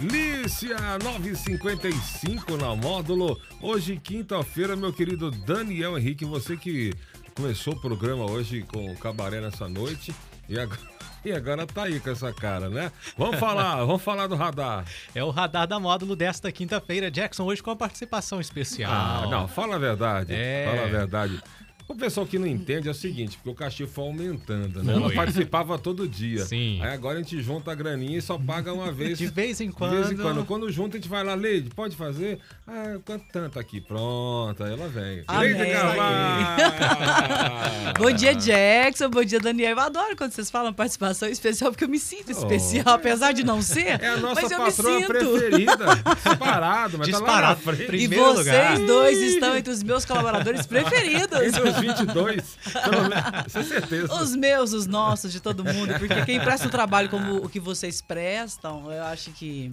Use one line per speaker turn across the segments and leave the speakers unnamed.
delícia! 9h55 na módulo. Hoje, quinta-feira, meu querido Daniel Henrique, você que começou o programa hoje com o cabaré nessa noite e agora, e agora tá aí com essa cara, né? Vamos falar, vamos falar do radar.
É o radar da módulo desta quinta-feira, Jackson, hoje com a participação especial.
Ah, não, fala a verdade.
É.
Fala a verdade. O pessoal que não entende é o seguinte, porque o cachê foi aumentando, né?
Foi.
Ela participava todo dia.
Sim.
Aí agora a gente junta a graninha e só paga uma vez.
De vez em
De vez
quando.
em quando. Quando junta, a gente vai lá, Leide, pode fazer? Ah, quanto tanto aqui? Pronto, aí ela vem.
Amém.
Leide Carvalho!
Bom dia, Jackson. Bom dia, Daniel. Eu adoro quando vocês falam participação especial, porque eu me sinto especial, apesar de não ser.
Oh. É a nossa
mas eu me
patroa
sinto.
preferida. Disparado, mas tá lá na
Disparado.
frente.
E
Primeiro
vocês
lugar.
dois estão entre os meus colaboradores preferidos.
Entre os 22, pelo menos, sem é certeza.
Os meus, os nossos, de todo mundo. Porque quem presta um trabalho como o que vocês prestam, eu acho que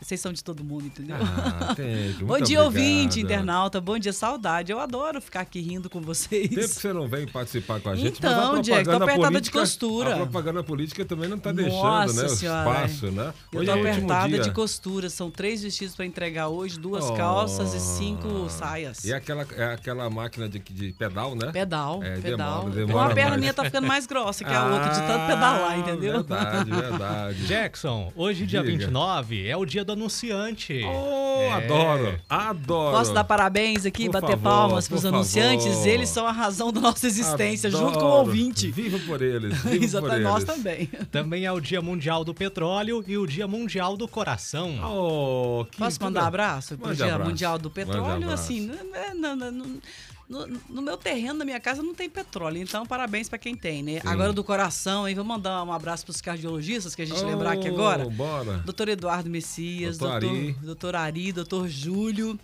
vocês são de todo mundo, entendeu?
Ah, thank you.
Bom
Muito
dia,
obrigado.
ouvinte, internauta. Bom dia, saudade. Eu adoro ficar aqui rindo com
Tempo que
vocês.
você não vem participar com a gente,
Então,
mas a propaganda
Diego, tô apertada de
política,
costura.
A propaganda política também não tá
Nossa
deixando, né? O
Senhora.
espaço, né?
Eu
Hoje é
tô
o último
apertada
dia.
de costura. São três vestidos pra entregar hoje, duas
Oh.
calças e cinco saias.
E aquela, é aquela máquina de, de pedal, né?
Pedal,
É,
pedal.
demora- demora
Uma perna
mais. Ah,
minha tá ficando mais grossa que a outra, de tanto pedalar, entendeu?
Verdade, verdade.
Jackson, hoje, dia
Diga.
29, é o dia do anunciante.
Oh,
É.
adoro, adoro.
Posso dar parabéns aqui,
Por
bater
favor,
palmas pros
por
anunciantes?
favor.
Eles são a razão da nossa existência, junto com o
Adoro.
ouvinte.
Viva por eles, viva por
Exatamente,
eles.
nós também.
Também é o Dia Mundial do Petróleo e o Dia Mundial do Coração.
Oh, que
Posso mandar abraço pro
Mande
Dia
abraço.
Mundial do
Mande
Petróleo?
abraço.
Assim, né, na- na- no, no- no meu terreno, na minha casa, não tem petróleo, então parabéns pra quem tem, né? Agora do coração, aí vou mandar um abraço pros cardiologistas que a gente lembrar aqui
Oh,
agora.
Bora.
Doutor Eduardo Messias,
Doutor
doutor,
Ari.
doutor Ari, doutor Júlio.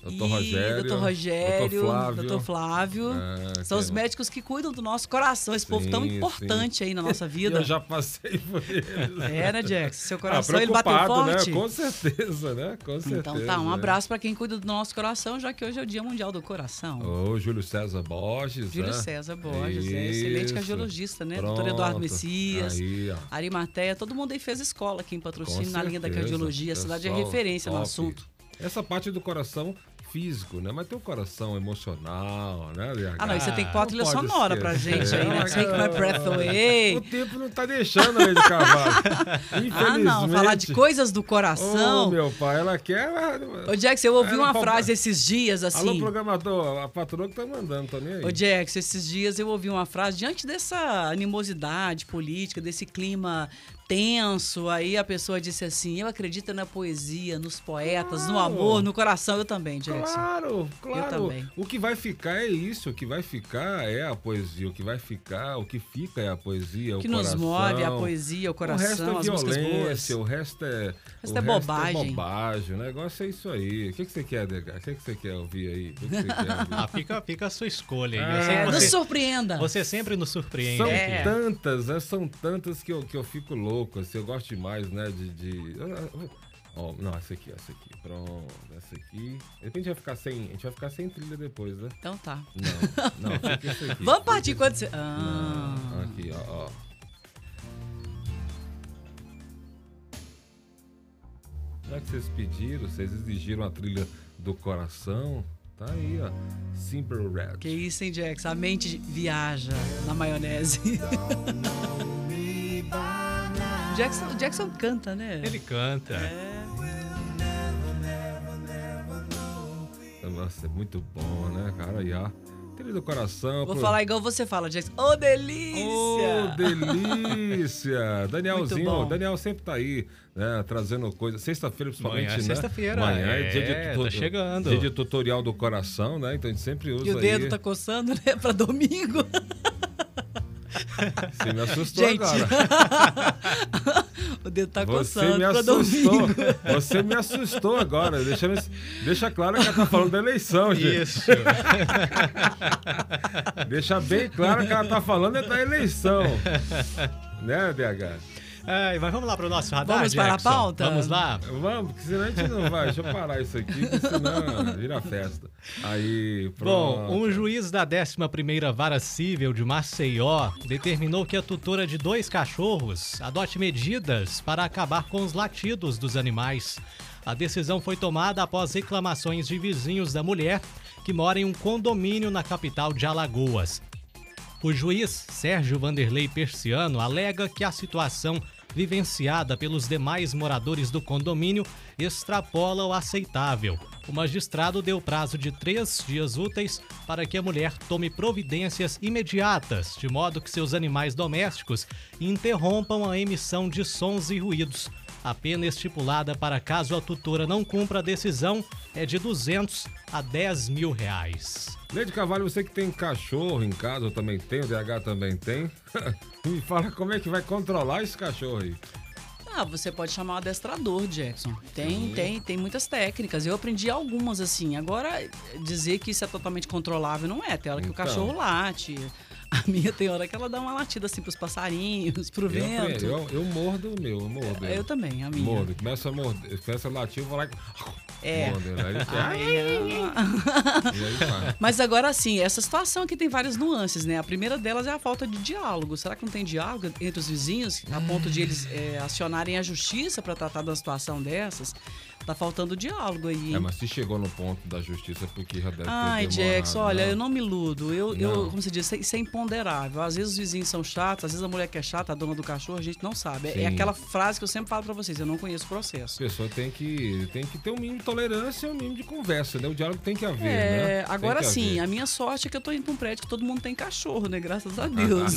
Doutor
e
Rogério,
doutor Rogério,
doutor Flávio.
doutor Flávio.
É,
São
que-
os médicos que cuidam do nosso coração, esse povo tão
Sim, sim.
importante aí na nossa vida.
Eu já passei por eles.
É, né, Jackson? Seu
Ah,
coração ele bateu
preocupado,
forte.
Né? Com certeza, né? Com certeza.
Então tá, um
né?
abraço pra quem cuida do nosso coração, já que hoje é o Dia Mundial do Coração.
Ô, Júlio César Borges.
Júlio
né?
César Borges, é excelente
Isso.
cardiologista, né? Doutor Eduardo Messias,
Aí, ó.
Ari Matéia, todo mundo aí fez escola aqui em
Com
patrocínio na linha da
certeza.
cardiologia. A cidade é
Pessoal
referência no
top.
assunto.
Essa parte do coração físico, né? Mas tem o coração emocional, né, DH?
Ah, não, e você tem que pôr
Não
a trilha
pode
sonora
ser.
pra gente
É.
aí, né? Take my breath away.
O tempo não tá deixando ele cavalo.
Ah, não, falar de coisas do
Ô,
coração. é
meu pai, ela quer.
Ô, Jackson, eu ouvi
Ela
uma
palpa-
frase esses dias, assim.
Alô, programador, a patroa que tá mandando, tá nem aí.
Ô, Jackson, esses dias eu ouvi uma frase, diante dessa animosidade política, desse clima tenso, aí a pessoa disse assim: Eu acredito na poesia, nos poetas, no
Claro.
amor, no coração. Eu também, Jackson.
Claro, claro.
também.
O que vai ficar é isso, o que vai ficar é a poesia, o que vai ficar, o que fica é a poesia,
O que
o
nos
coração.
move, é a poesia, o coração,
o
as
resto é
músicas boas.
violência, o resto é,
resto é bobagem.
bobagem, O negócio é isso aí. O que, que você quer, Degar? O que, que você quer ouvir aí? O que, que você quer ouvir?
Ah, fica, fica a sua escolha. hein? Eu
É,
sei que
É, nos
você,
surpreenda.
você sempre nos surpreende.
São
É.
aqui.
tantas, né? São tantas que eu, que eu fico louco, assim, eu gosto demais, né, de... de- Ó, não, essa aqui, essa aqui, pronto, essa aqui. De repente vai ficar sem, a gente vai ficar sem trilha depois, né?
Então tá.
Não, não, fica isso aqui.
Vamos partir
Fica
quando
isso
você.
aqui.
Ah.
Não, Aqui, ó, ó. Já que vocês pediram, vocês exigiram a trilha do coração, tá aí, ó. Simple Red.
Que isso, hein, Jackson? A mente viaja na maionese. Jackson, Jackson canta, né?
Ele canta.
Nossa, é muito bom, né, cara? Aí, ó. Trilha do coração.
Vou
pro-
falar igual você fala, Jackson. Ô, delícia!
Oh, delícia!
Muito
Danielzinho,
bom.
Daniel sempre tá aí, né, trazendo coisa. Sexta-feira, principalmente,
Manhã é
né?
sexta-feira,
Manhã é,
é,
dia de
tá
tutor-
chegando.
Dia de tutorial do coração, né? Então a gente sempre usa
e o dedo
aí.
tá coçando, né? Pra domingo.
Você me assustou
Gente,
agora.
O dedo tá
Você
coçando
me
quando eu
assustou.
vi.
Você me assustou agora. Deixa, deixa claro que ela tá falando da eleição, gente.
Isso.
Deixa bem claro que ela tá falando é da eleição. Né, DH?
Ai, mas vamos lá pro nosso radar,
Vamos para a
Jackson?
pauta?
Vamos lá?
Vamos, porque senão a gente não vai. Deixa eu parar isso aqui, porque senão vira festa. Aí, pronto.
Bom, um juiz da 11ª Vara Civil de Maceió determinou que a tutora de dois cachorros adote medidas para acabar com os latidos dos animais. A decisão foi tomada após reclamações de vizinhos da mulher que mora em um condomínio na capital de Alagoas. O juiz Sérgio Vanderlei Persiano alega que a situação vivenciada pelos demais moradores do condomínio extrapola o aceitável. O magistrado deu prazo de três dias úteis para que a mulher tome providências imediatas, de modo que seus animais domésticos interrompam a emissão de sons e ruídos. A pena estipulada para caso a tutora não cumpra a decisão é de 200 a 10 mil reais.
um-
Leite Cavalho, você que tem cachorro em casa, eu também tenho, o DH também tem. Me fala como é que vai controlar esse cachorro aí.
Ah, você pode chamar o adestrador, Jackson. Tem, tem, tem muitas técnicas. Eu aprendi algumas, assim. Agora, dizer que isso é totalmente controlável não é. Tem hora que
Então.
o cachorro late. A minha tem hora que ela dá uma latida, assim, pros passarinhos, pro vento.
Eu, eu, eu mordo o meu, eu mordo.
Eu também, a minha.
Mordo, começa a morder, começa a latir, eu vou lá e...
É.
Mordo, né? Aí,
A minha-
e aí vai.
Mas agora sim, essa situação aqui tem várias nuances, né? A primeira delas é a falta de diálogo. Será que não tem diálogo entre os vizinhos a ponto de eles é, acionarem a justiça para tratar de uma situação dessas? Tá faltando diálogo aí. hein?
É, mas se chegou no ponto da justiça, porque já deve ter
Ai,
demorado,
Jackson, olha,
né?
eu não me iludo. Eu,
Não.
eu como você diz, isso é imponderável. Às vezes os vizinhos são chatos, às vezes a mulher que é chata, a dona do cachorro, a gente não sabe. É-
Sim.
É aquela frase que eu sempre falo pra vocês, eu não conheço o
A
processo.
pessoa tem que, tem que ter um mínimo de tolerância, um mínimo de conversa, né? O diálogo tem que haver, né?
É,
Tem
agora
que
sim,
haver.
a minha sorte é que eu tô indo pra um prédio que todo mundo tem cachorro, né? Graças a Deus.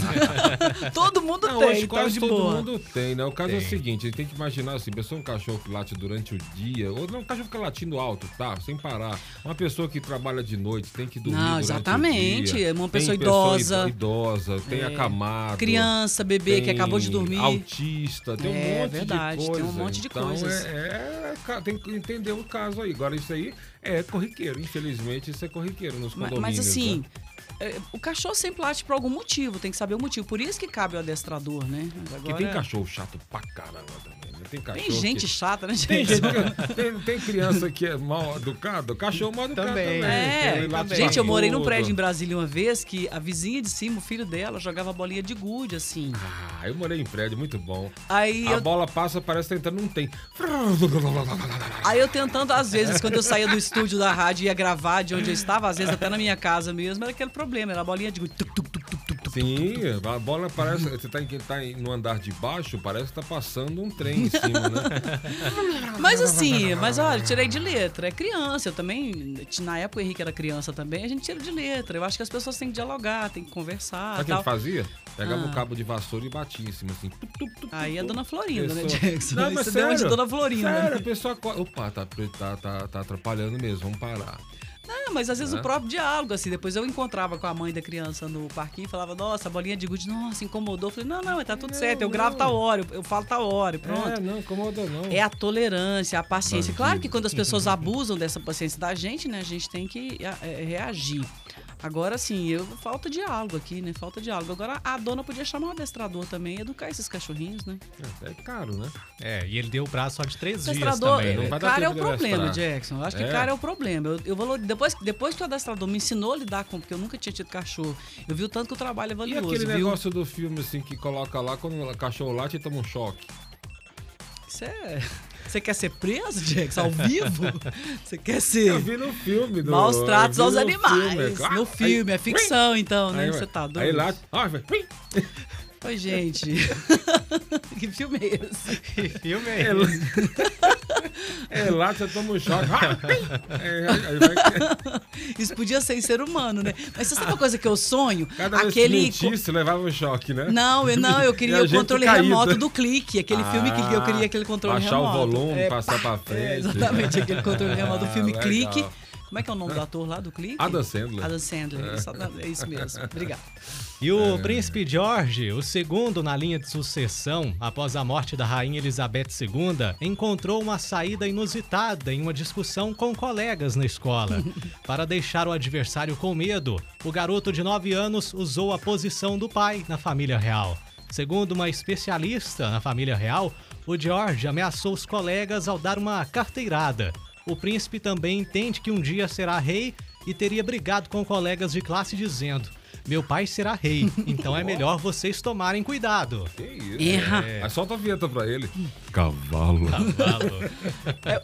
todo mundo
Não,
tem,
hoje
então
quase
de
todo
boa.
mundo tem, né? O caso é o
Tem.
seguinte, a gente tem que imaginar assim, pessoa um cachorro que late durante o dia, ou não, um cachorro fica latindo alto, tá? Sem parar. Uma pessoa que trabalha de noite tem que dormir
Não,
durante o
exatamente,
dia.
uma
Tem
pessoa idosa. É.
idosa, tem acamado.
Criança, bebê que
tem
acabou de dormir.
Autista, tem um
É,
monte
verdade,
de
tem um
coisa.
monte de
então,
coisas.
É, é, ca- tem que entender o caso aí. Agora, isso aí é corriqueiro. Infelizmente, isso é corriqueiro nos
Ma- Mas,
condomínios.
assim,
né?
é, o cachorro sempre late por algum motivo, tem que saber o motivo. Por isso que cabe o adestrador, né? Mas
Porque
Agora...
tem cachorro chato pra caramba também. né? Tem, cachorro
Tem gente
que...
chata, né, gente?
Tem, gente que- tem- tem criança que é mal educada, cachorro mal educado também.
Também.
É,
Ele late
gente, eu
pra
morei num
tudo.
prédio em Brasília uma vez que a vizinha de cima, o filho dela, jogava bolinha de gude, assim.
Ah, eu morei em prédio, muito bom.
Aí
a
eu,
bola passa, parece que tá entrando, não tem.
aí eu tentando, às vezes, quando eu saía do estúdio da rádio e ia gravar de onde eu estava, às vezes até na minha casa mesmo, era aquele problema, era a bolinha de gude. Tuc, tuc, tuc, tuc, tuc, tuc.
Sim, a bola parece. Você tá, em, tá em- no andar de baixo, parece que tá passando um trem em cima, né?
Mas assim, mas olha, tirei de letra. É criança, eu também, na época o Henrique era criança também, a gente tira de letra. Eu acho que as pessoas têm que dialogar, têm que conversar.
Sabe o que
tal.
ele fazia? Pegava
Ah.
o cabo de vassoura e batia em cima, assim. Tu, tu, tu, tu,
Aí é
tu.
Dona Florinda, né,
Pessoa-
Jackson?
Não, mas
Isso deu uma de
sério,
Dona Florinda. né?
Sério, a pessoa. co- Opa, tá, tá, tá, tá atrapalhando mesmo, vamos parar.
Ah, mas às vezes
Né?
o próprio diálogo, assim, depois eu encontrava com a mãe da criança no parquinho e falava, nossa, a bolinha de gude, nossa, incomodou. Eu falei, não, não, tá tudo
Não,
certo, eu
não.
gravo tal hora, eu- eu falo tal hora, e
É,
pronto.
não incomoda não.
É a tolerância, a paciência.
Bandido.
Claro que quando as pessoas
Uhum.
abusam dessa paciência da gente, né, a gente tem que é, é, reagir. Agora sim, eu falta diálogo aqui, né? Falta diálogo. Agora a dona podia chamar o adestrador também, educar esses cachorrinhos, né?
É caro, né?
É, e ele deu o prazo só de três dias
Adestrador,
também,
não
né?
vai dar
cara é o
tempo de
problema,
adestrar.
Jackson. Eu acho que
É.
cara é o problema. Eu, eu valor- depois, depois que o adestrador me ensinou a lidar com, porque eu nunca tinha tido cachorro, eu vi o tanto que o trabalho é
E
valioso,
aquele
viu?
negócio do filme, assim, que coloca lá, quando o cachorro late, ele toma um choque.
Você é- você quer ser preso, Jackson, ao vivo? Você quer
Eu
ser
vi no filme. Do,
maus tratos
eu
aos
vi no
animais?
filme, é claro.
no filme, é ficção, então,
Aí-
né?
aí-
Você tá doido.
Aí late. Ah, vai. Ui!
Oi, gente. que filme é esse?
Que filme é esse?
É, lá- é lá, você toma um choque. Ah, ui! É, aí- aí vai-
Isso podia ser em ser humano, né? Mas você sabe uma coisa que eu sonho?
cada vez que
Aquele.
mentisse, levava um choque, né?
Não, eu não, eu
E a
queria o
gente
controle
caído.
remoto do clique, aquele filme que eu queria aquele controle
baixar Baixar
remoto.
o volume,
É,
passar pra
é,
frente.
exatamente, aquele controle remoto do
Ah,
filme
legal.
clique. Como é que é o nome do ator lá do clipe?
Adam Sandler.
Adam Sandler, exatamente, é isso mesmo. Obrigado.
E o príncipe George, o segundo na linha de sucessão após a morte da rainha Elizabeth II, encontrou uma saída inusitada em uma discussão com colegas na escola. Para deixar o adversário com medo, o garoto de 9 anos usou a posição do pai na família real. Segundo uma especialista na família real, o George ameaçou os colegas ao dar uma carteirada. O príncipe também entende que um dia será rei e teria brigado com colegas de classe dizendo: Meu pai será rei, então é melhor vocês tomarem cuidado.
Que isso?
Erra.
É. Mas solta a vinheta pra ele.
Hum.
Cavalo.
Falou.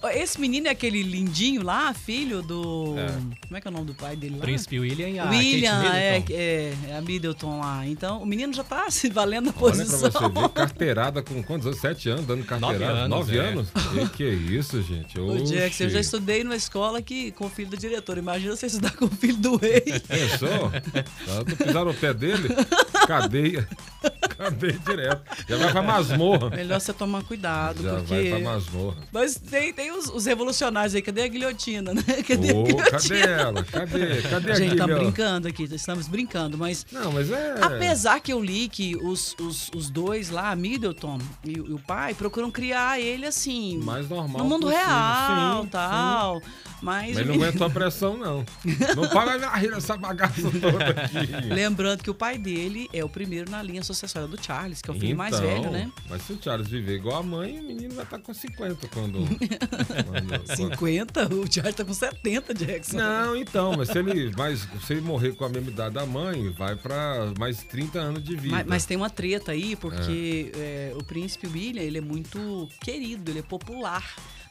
É, Esse menino é aquele lindinho lá, filho do. Como é que é o nome do pai dele lá?
príncipe William
Ah,
e a
William,
Kate
é,
Middleton.
é, é a Middleton lá. Então, o menino já tá se valendo a
Olha pra
posição.
você ver, carteirada com quantos anos? Sete anos, dando carteirada.
Nove
Nove
anos,
anos? Que que é isso, gente?
Ô, Jackson, eu é já
estou.
estudei numa escola que, com o filho do diretor. Imagina você estudar com o filho do rei.
Pensou? Tanto pisaram o pé dele, cadeia. Cadeia direto. Já vai pra masmorra.
Melhor você tomar cuidado,
Já vai
porque.
pra masmorra.
Mas tem, tem os, os revolucionários aí. Cadê a guilhotina, né? Cadê a
Ô,
guilhotina?
cadê ela? Cadê? Cadê
Gente,
aqui,
tá
meu?
brincando aqui, estamos brincando, mas
Não, mas é.
Apesar que eu li que os, os, os dois lá, Middleton e, o- e o pai, procuram criar ele assim.
Mais normal
No mundo
possível.
real
Sim,
tal. Mas.
Mas não aguentou a pressão, não. Não paga minha rira essa bagaça toda aqui.
Lembrando que o pai dele é o primeiro na linha sucessória do Charles, que é o filho mais
Então,
velho, né?
Mas se o Charles viver igual a mãe, o menino vai estar com 50 quando. quando-
50, o Charles tá com 70, Jackson.
Não, então, mas se ele, mas, se ele morrer com a mesma idade da mãe, vai pra mais 30 anos de vida.
Mas, mas tem uma treta aí, porque é, o príncipe William, ele é muito querido, ele é popular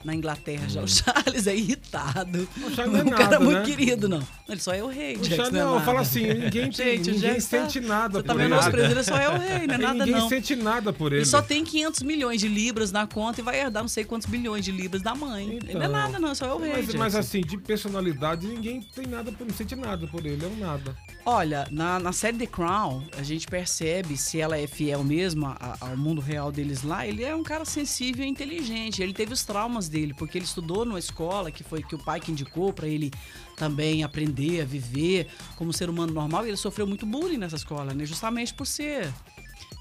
na Inglaterra já. O Charles é irritado.
Hum. O Charles não é
um cara
nada,
muito
né?
querido, não. Ele só é o rei,
o
Jackson,
Charles,
não é
não,
nada.
fala assim, ninguém,
Gente, o
ninguém
Jackson tá-
sente nada
Você tá
por
vendo
ele.
nosso presidente, só é o rei, não é nada
ninguém
não.
sente nada por ele.
Ele só tem 500 milhões de libras na conta e vai herdar não sei quantos bilhões de libras da mãe. Ele não é
Então.
nada não, só é o rei,
mas,
Jackson.
mas assim, de personalidade, ninguém tem nada por, não sente nada por ele, é um nada.
Olha, na, na série The Crown, a gente percebe se ela é fiel mesmo a- ao mundo real deles lá. Ele é um cara sensível e inteligente. Ele teve os traumas dele, porque ele estudou numa escola que foi que o pai que indicou pra ele também aprender a viver como ser humano normal. E ele sofreu muito bullying nessa escola, né? Justamente por ser.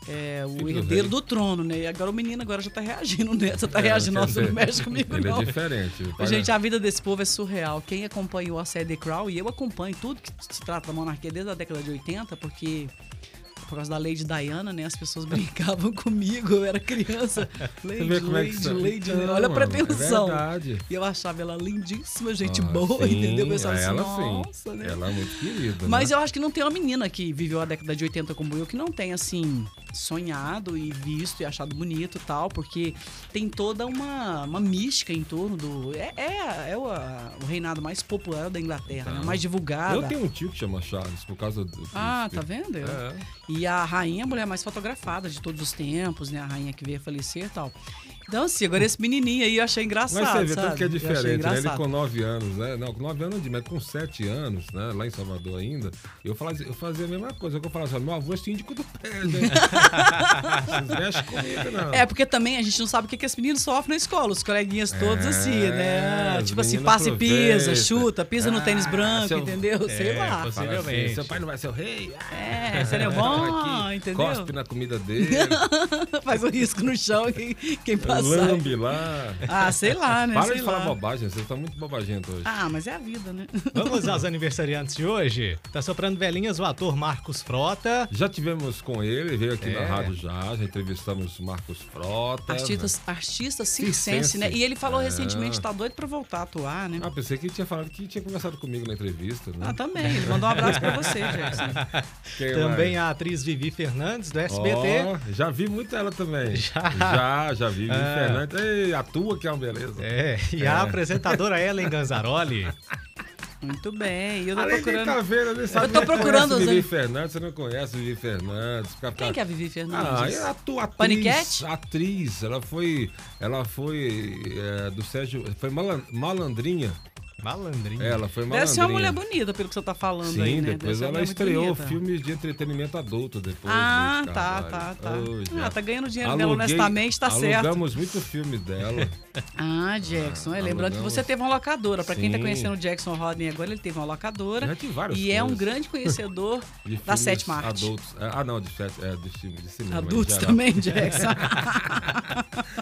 é,
Filho
o
do
herdeiro
rei. É,
do trono, né? E agora o menino agora já tá reagindo, né? Você tá reagindo,
quer
nossa, não
dizer,
mexe comigo,
Ele
não.
é diferente.
Mas,
Olha,
Gente, a vida desse povo é surreal. Quem acompanhou a série The Crown, e eu acompanho tudo que se trata da monarquia desde a década de 80, porque por causa da Lady Diana, né? As pessoas brincavam comigo, eu era criança. Lady,
vê como é que
Lady,
são.
Lady, né?
Então,
olha a
mano, é
pretensão.
verdade.
e eu achava ela lindíssima, gente
ah,
boa,
sim, é
entendeu? Eu pensava assim,
ela
nossa,
sim.
né?
Ela é muito querida.
Mas
né?
eu acho que não tem uma menina que viveu a década de 80 como eu que não tenha, assim, sonhado e visto e achado bonito e tal, porque tem toda uma, uma mística em torno do. É, é, é o, a- o reinado mais popular da Inglaterra, né? mais divulgado.
Então, Eu tenho um tio que chama Charles, por causa do.
Ah, tá
príncipe.
vendo? Eu-
É.
E a rainha é a mulher mais fotografada de todos os tempos, né? A rainha que veio a falecer e tal. Então, assim, agora esse menininho aí eu achei engraçado.
Mas você vê
sabe?
tanto que é
Eu achei
diferente, né? Ele
engraçado.
com 9 anos, né? Não, com 9 anos, não digo, mas com 7 anos, né? Lá em Salvador ainda, eu fazia, eu fazia a mesma coisa. Eu falava assim, meu avô é síndico do pé, né? Vocês mexem comigo, não.
É, porque também a gente não sabe o que, que esse menino sofre na escola, os coleguinhas todos
É,
assim, né?
os
Tipo assim,
meninos
passa e pisa,
aproveitam.
chuta, pisa no
Ah,
tênis branco,
seu-
entendeu? Sei
É,
lá.
posi-
Fala
Possivelmente.
assim, seu pai não vai ser o rei? Ah,
É, seria bom, entendeu?
Cospe na comida dele,
Faz um risco no chão quem, quem passar.
lambe lá.
Ah, sei lá, né?
Para
sei
de
lá.
falar bobagem, você tá muito bobagento hoje.
Ah, mas é a vida, né?
Vamos aos aniversariantes de hoje. Tá soprando velhinhas o ator Marcos Frota.
Já tivemos com ele, veio aqui
É.
na rádio já, já entrevistamos Marcos Frota. né?
Artista, artista circense,
Circense.
né? E ele falou recentemente
É.
que tá doido pra voltar a atuar, né?
Ah, pensei que ele tinha falado que tinha conversado comigo na entrevista, né?
Ah, também. Ele mandou um abraço pra você, Jackson.
Quem
Também
mais?
a atriz Vivi Fernandes, do SBT.
Ó, já vi muito ela também.
Já?
já, já vi. Vivi
Ah.
Fernandes. Ei, atua que é uma beleza.
É, e a apresentadora Ellen Ganzaroli.
Muito bem. E eu tô
Além de
procurando.
tá vendo, ele sabe.
Eu tô
Você conhece
procurando,
Vivi
né?
Fernandes, você não conhece Vivi Fernandes. Fica-
Quem que é a Vivi
Ah,
Fernandes?
ela atua, atriz,
Paniquete?
atriz, ela foi, ela foi é, do Sérgio, foi malan- malandrinha
Malandrinha.
Ela foi malandrinha.
Deve ser uma mulher bonita, pelo que você tá falando
Sim,
aí, né? Deve
depois
ser uma
ela
mulher muito
estreou
bonita.
filmes de entretenimento adulto depois.
Ah,
do
tá,
Carvalho.
tá, tá.
Ô,
ah,
Jack.
tá ganhando dinheiro dela
Aluguei-
honestamente, tá certo.
Alugamos muito filme dela.
Ah, Jackson, é,
Ah,
lembrando que
alugamos.
você teve uma locadora. Pra quem tá
Sim.
conhecendo o Jackson Rodney agora, ele teve uma locadora.
Já tive várias
e é um
coisas.
grande conhecedor
de
da
filmes
sétima arte.
Adultos. Ah, não, de, sete- é, de, filme, de cinema. em
Adultos
geral.
também, Jackson.
É.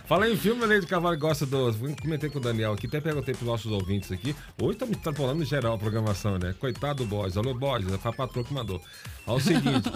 Fala em filme, Leide Carvalho gosta do. Comentei com o Daniel aqui, até perguntei pros nossos ouvintes aqui. Hoje tá me extrapolando em geral a programação, né? Coitado do Borges. Alô, Borges, é pra patroa que mandou. Ó, o seguinte: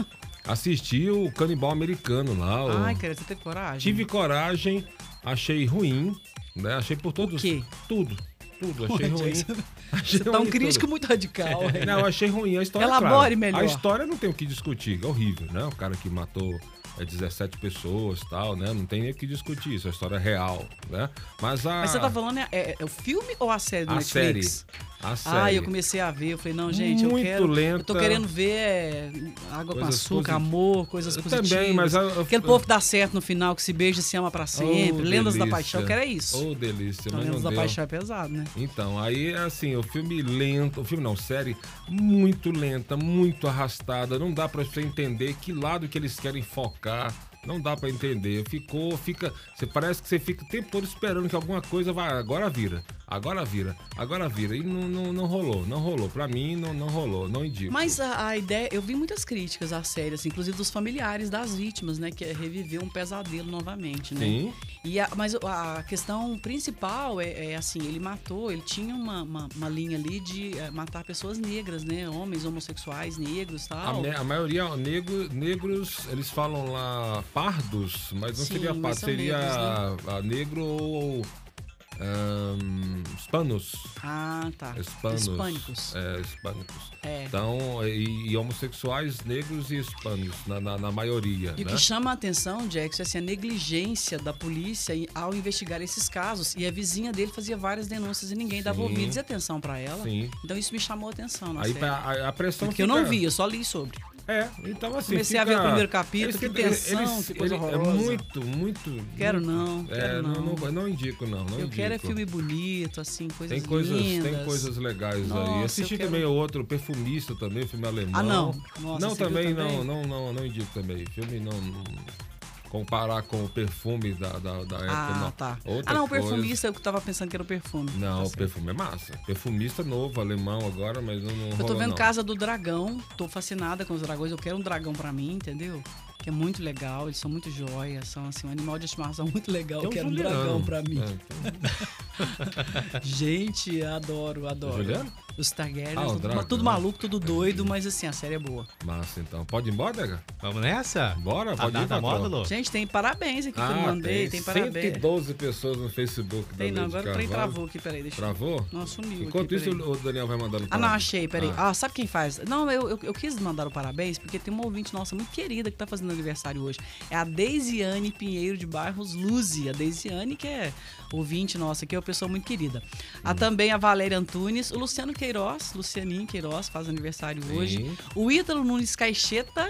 assisti o Canibal Americano lá. o-
Ai, cara, você teve coragem.
Tive coragem, achei ruim, né? Achei por todos.
quê?
Tudo. Tudo, achei
Ué,
ruim.
Jackson,
Achei
Tá um
ruim
crítico
tudo.
muito radical. hein?
Não, eu achei ruim a história.
Elabore
claro.
melhor.
A história não tem o que discutir, é horrível, né? O cara que matou é, 17 pessoas tal, né? Não tem nem o que discutir, isso é história real, né? Mas a.
Mas você tá falando, é, é- é o filme ou a série do
a série.
Netflix?
A série.
Ah, eu comecei a ver. Eu falei, não, gente, eu
Muito
quero. Eu tô
lenta.
querendo ver é, água com
Coisas
açúcar,
posi-
amor, coisas
Eu também,
positivas.
mas eu- eu-
Aquele povo que dá certo no final, que se beija e se ama pra sempre.
Oh,
Lendas da
delícia.
Paixão, que era isso.
Oh, delícia,
Então,
mas
Lendas
não
da
deu.
Paixão é pesado, né?
Então, aí assim, o filme lento, o filme não, série muito lenta, muito arrastada, não dá pra você entender que lado que eles querem focar. Não dá pra entender. Ficou, fica, você parece que você fica o tempo todo esperando que alguma coisa vá, agora vira, agora vira, agora vira e não, não, não rolou, não rolou. Pra mim não, não rolou, não indico.
Mas a, a ideia, eu vi muitas críticas à série, assim, inclusive dos familiares das vítimas, né? Que é reviver um pesadelo novamente, né?
sim,
E a- mas a questão principal é, é assim, ele matou, ele tinha uma, uma- uma linha ali de eh, matar pessoas negras, né? Homens homossexuais, negros e
a,
tal.
me- a maioria negro, negros, eles falam lá pardos, mas não
Sim,
seria
mas
pardo,
são
seria
negros, né?
ah, negro ou ahn, hispanos.
Ah, tá.
Hispanos.
Hispânicos.
É, hispânicos.
É.
Então, e, e homossexuais, negros e hispanos, na, na, na maioria,
E o
né?
que chama a atenção, Jackson, é assim, a negligência da polícia em- ao investigar esses casos. E a vizinha dele fazia várias denúncias e ninguém dava
Sim.
ouvidos e atenção pra ela.
Sim.
Então isso me chamou a atenção na
Aí
série.
pra- a, a pressão
Porque eu
fica-
não vi, eu só li sobre.
É, então assim...
Comecei a
fica-
ver o primeiro capítulo,
eles
que
ficam- eles-
tensão,
eles-
que coisa
eles- É
horrorosa.
muito, muito...
Quero
muito-
não, quero
é,
não.
Não, não indico, não, não
eu
indico.
quero é filme bonito, assim, coisas
Tem coisas,
lindas.
tem coisas né, legais
Nossa,
aí. Assisti
eu quero-
também o outro, Perfumista também, filme alemão.
Ah, não. Nossa,
não,
você viu
também,
também?
não, não, não, não indico também. Filme não. não- comparar com o perfume da, da, da época,
Ah,
não.
tá.
Outra
ah, não, o
coisa.
perfumista, eu que tava pensando que era o perfume.
Não,
Tá
o
certo.
perfume é massa. Perfumista novo, alemão agora, mas não, não
Eu tô
rolou,
vendo
não.
Casa do Dragão, tô fascinada com os dragões, eu quero um dragão pra mim, entendeu? Que é muito legal, eles são muito joias, são assim, um animal de estimação muito legal,
Tem
eu
um
quero
Juliano.
um dragão pra mim.
É, então,
Gente, adoro, adoro.
É Juliano?
Os Targaryen,
Ah, o
tudo,
dragão.
tudo maluco, tudo doido, mas assim, a série é boa.
Massa, então. Pode ir embora, Dega?
Vamos nessa?
Bora,
Tá A
pode ir, tá
data
patrão. Ah,
módulo?
Gente, tem parabéns aqui que eu mandei, tem, parabéns.
112 pessoas no Facebook da
Tem não,
Lady
agora o trem
Carvalho.
travou aqui, peraí, deixa eu...
Travou?
Não, sumiu aqui,
Enquanto isso,
peraí.
o Daniel vai mandando
Ah, não,
parabéns.
achei, peraí.
Ah.
Ah, sabe quem faz? Não, eu, eu, eu quis mandar o parabéns, porque tem uma ouvinte nossa muito querida que tá fazendo aniversário hoje. É a Deisiane Pinheiro de Barros Luzi. A Deisiane, que é ouvinte nossa aqui, é uma pessoa muito querida.
Hum.
Há também a Valéria Antunes, o Luciano Queiroz, Lucianinho Queiroz, faz aniversário hoje. O Ítalo Nunes Caixeta.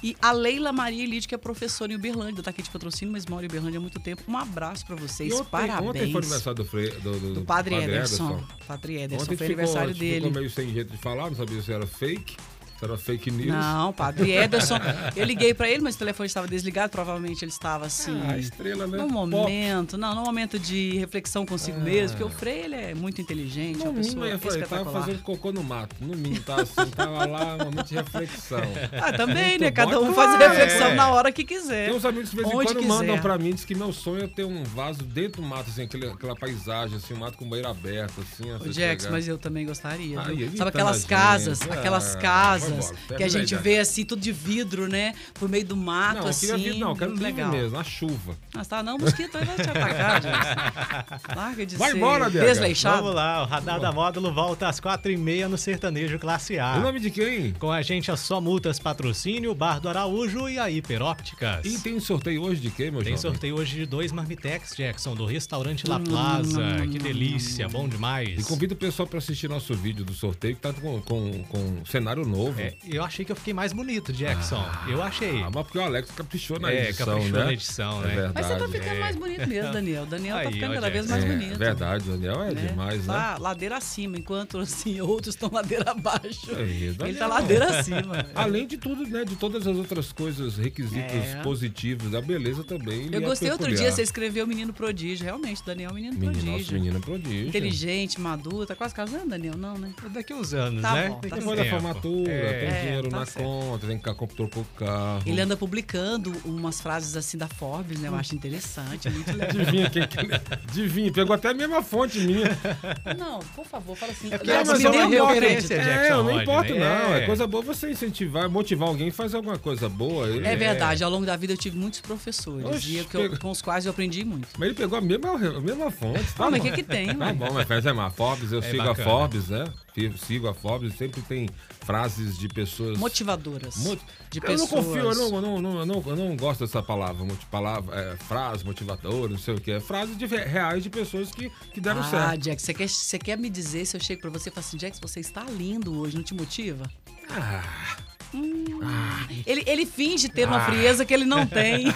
E a Leila Maria Elide, que é professora em Uberlândia, tá aqui de patrocínio, mas mora em Uberlândia há muito tempo. Um abraço pra vocês,
E ontem,
parabéns.
Ontem foi aniversário do, Frei, do, do,
do Padre Ederson. Padre Ederson,
Ontem
foi
ficou- tipo,
aniversário
ficou
dele.
meio sem jeito de falar, não sabia se era fake, se era fake news.
Não, padre Ederson. Eu liguei pra ele, mas o telefone estava desligado. Provavelmente ele estava assim.
Ah, estrela, né?
Num
Pop.
momento, não, num momento de reflexão consigo mesmo, porque o Frei ele é muito inteligente, é
No
uma
mínimo,
pessoa
eu falei, tava
espetacular.
fazendo cocô no mato. No mínimo, tava assim, tava lá, um momento de reflexão.
Ah, também,
Muito
né?
bom,
Cada um
é
faz a
claro.
reflexão
É.
na hora que quiser.
Tem uns amigos que de vez em
onde
quando
quiser.
mandam pra mim, diz que meu sonho é ter um vaso dentro do mato, assim, aquele- aquela paisagem, assim, um mato com banheiro aberto, assim.
Ô, Jackson, mas eu também gostaria,
Ai,
viu?
evita a
Sabe aquelas
gente.
casas,
Ah,
aquelas
vai
casas
embora.
que a gente
Verdade.
vê assim, tudo de vidro, né? Por meio do mato,
Não, eu
assim.
queria vir, não, eu quero
muito
livre
legal.
mesmo, na chuva.
Mas tá, não, mosquito aí vai te atacar, Jackson. Larga de
Vai
ser
embora, DH.
desleixado.
Vamos lá, o Radar da Módulo volta às 4h30 no Sertanejo Classe A.
Em nome de quem?
Com a gente a Só Multas Patrocínio, Bar do Araújo e a Hiperópticas.
E tem sorteio hoje de quem, meu
Tem
jovem?
sorteio hoje de dois Marmitex, Jackson, do restaurante La Plaza. Que delícia, bom demais.
E convido o pessoal para assistir nosso vídeo do sorteio, que tá com, com, com um cenário novo. novo.
É, eu achei que eu fiquei mais bonito, Jackson. eu achei.
Ah, mas porque o Alex caprichou na
É,
edição,
caprichou
né?
na edição, né?
É verdade.
Mas você tá ficando mais bonito mesmo, Daniel. Daniel
Aí,
tá ficando
ó,
cada vez
Jackson.
mais
É,
bonito.
verdade, o Daniel é
né?
demais, né?
Tá ladeira acima, enquanto assim, outros estão ladeira abaixo.
É, Daniel.
Ele tá ladeira acima. né?
Além de tudo, né? De todas as outras coisas, requisitos
É.
positivos da beleza também. ele
Eu
é
gostei outro
peculiar.
dia, você escreveu Menino Prodígio. Realmente, Daniel é um menino,
Menino, nosso
prodígio.
menino é prodígio.
Inteligente, maduro. Tá quase casando, Daniel? Não, né?
Daqui uns anos,
Tá
né?
bom,
Daqui
tá
uns
Depois da
tempo.
formatura,
É.
tem
É,
dinheiro
tá
na
certo.
conta, tem que ficar com trocou o carro.
Ele é anda publicando umas frases assim da Forbes, né? Eu acho interessante, muito legal.
Adivinha quem que ele é? Adivinha, pegou até a mesma fonte minha.
Não, por favor, fala assim.
porque
Não,
é, mas
me
é
deu
uma
o meu
referência.
crédito.
É,
Jackson
eu não
Rodney,
importo,
né?
não.
é.
É coisa boa você incentivar, motivar alguém, fazer alguma coisa boa. Ele-
É verdade, ao longo da vida eu tive muitos professores
Oxe,
e eu- que eu-
pega-
com os quais eu aprendi muito.
Mas ele pegou a mesma, a mesma fonte. Tá
Ah, mas o
bom.
que que tem,
Tá
ué?
bom, mas faz é má. Forbes, eu
É
sigo
bacana.
a Forbes, né? Eu sigo a Forbes, sempre tem frases de pessoas.
Motivadoras.
Mo-
de
eu
pessoas.
não confio, eu não, eu não, eu não, eu não gosto dessa palavra, multi- palavra é, frase motivadora, não sei o que. É frase de re- reais de pessoas que, que deram
Ah,
certo.
Jack, você quer, você quer me dizer se eu chego pra você e falo assim, Jack, você está lindo hoje, não te motiva?
Ah.
Hum. Ele, ele finge ter uma frieza que ele não tem.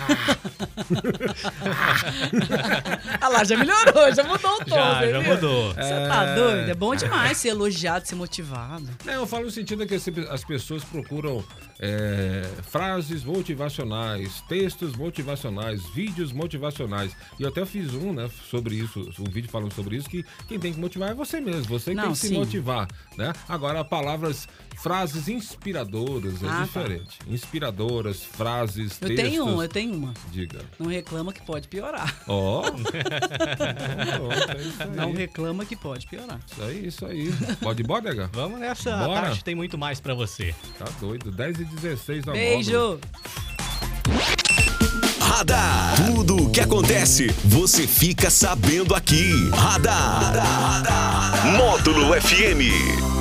ah lá, já melhorou, já mudou o tom.
Já,
você
já
viu?
mudou.
Você tá doido? É bom demais ser elogiado, ser motivado.
Não, É, eu falo no sentido que sempre as pessoas procuram é, frases motivacionais, textos motivacionais, vídeos motivacionais. E eu até fiz um, né, sobre isso, um vídeo falando sobre isso, que quem tem que motivar é você mesmo, você
Não,
tem que se
sim.
motivar, né? Agora, palavras, frases inspiradoras é
Ah, tá.
diferente. Inspiradoras, frases,
Eu
textos.
tenho uma, eu tenho uma.
Diga.
Não reclama que pode piorar.
Ó. Pronto, é isso aí.
Não reclama que pode piorar.
Isso aí, isso aí. Pode bodega?
Vamos nessa,
Bora.
Tati, tem muito mais pra você.
Tá doido. 10 e 16 na módulo.
Beijo!
Radar. Tudo o que acontece, você fica sabendo aqui. Radar. Módulo FM.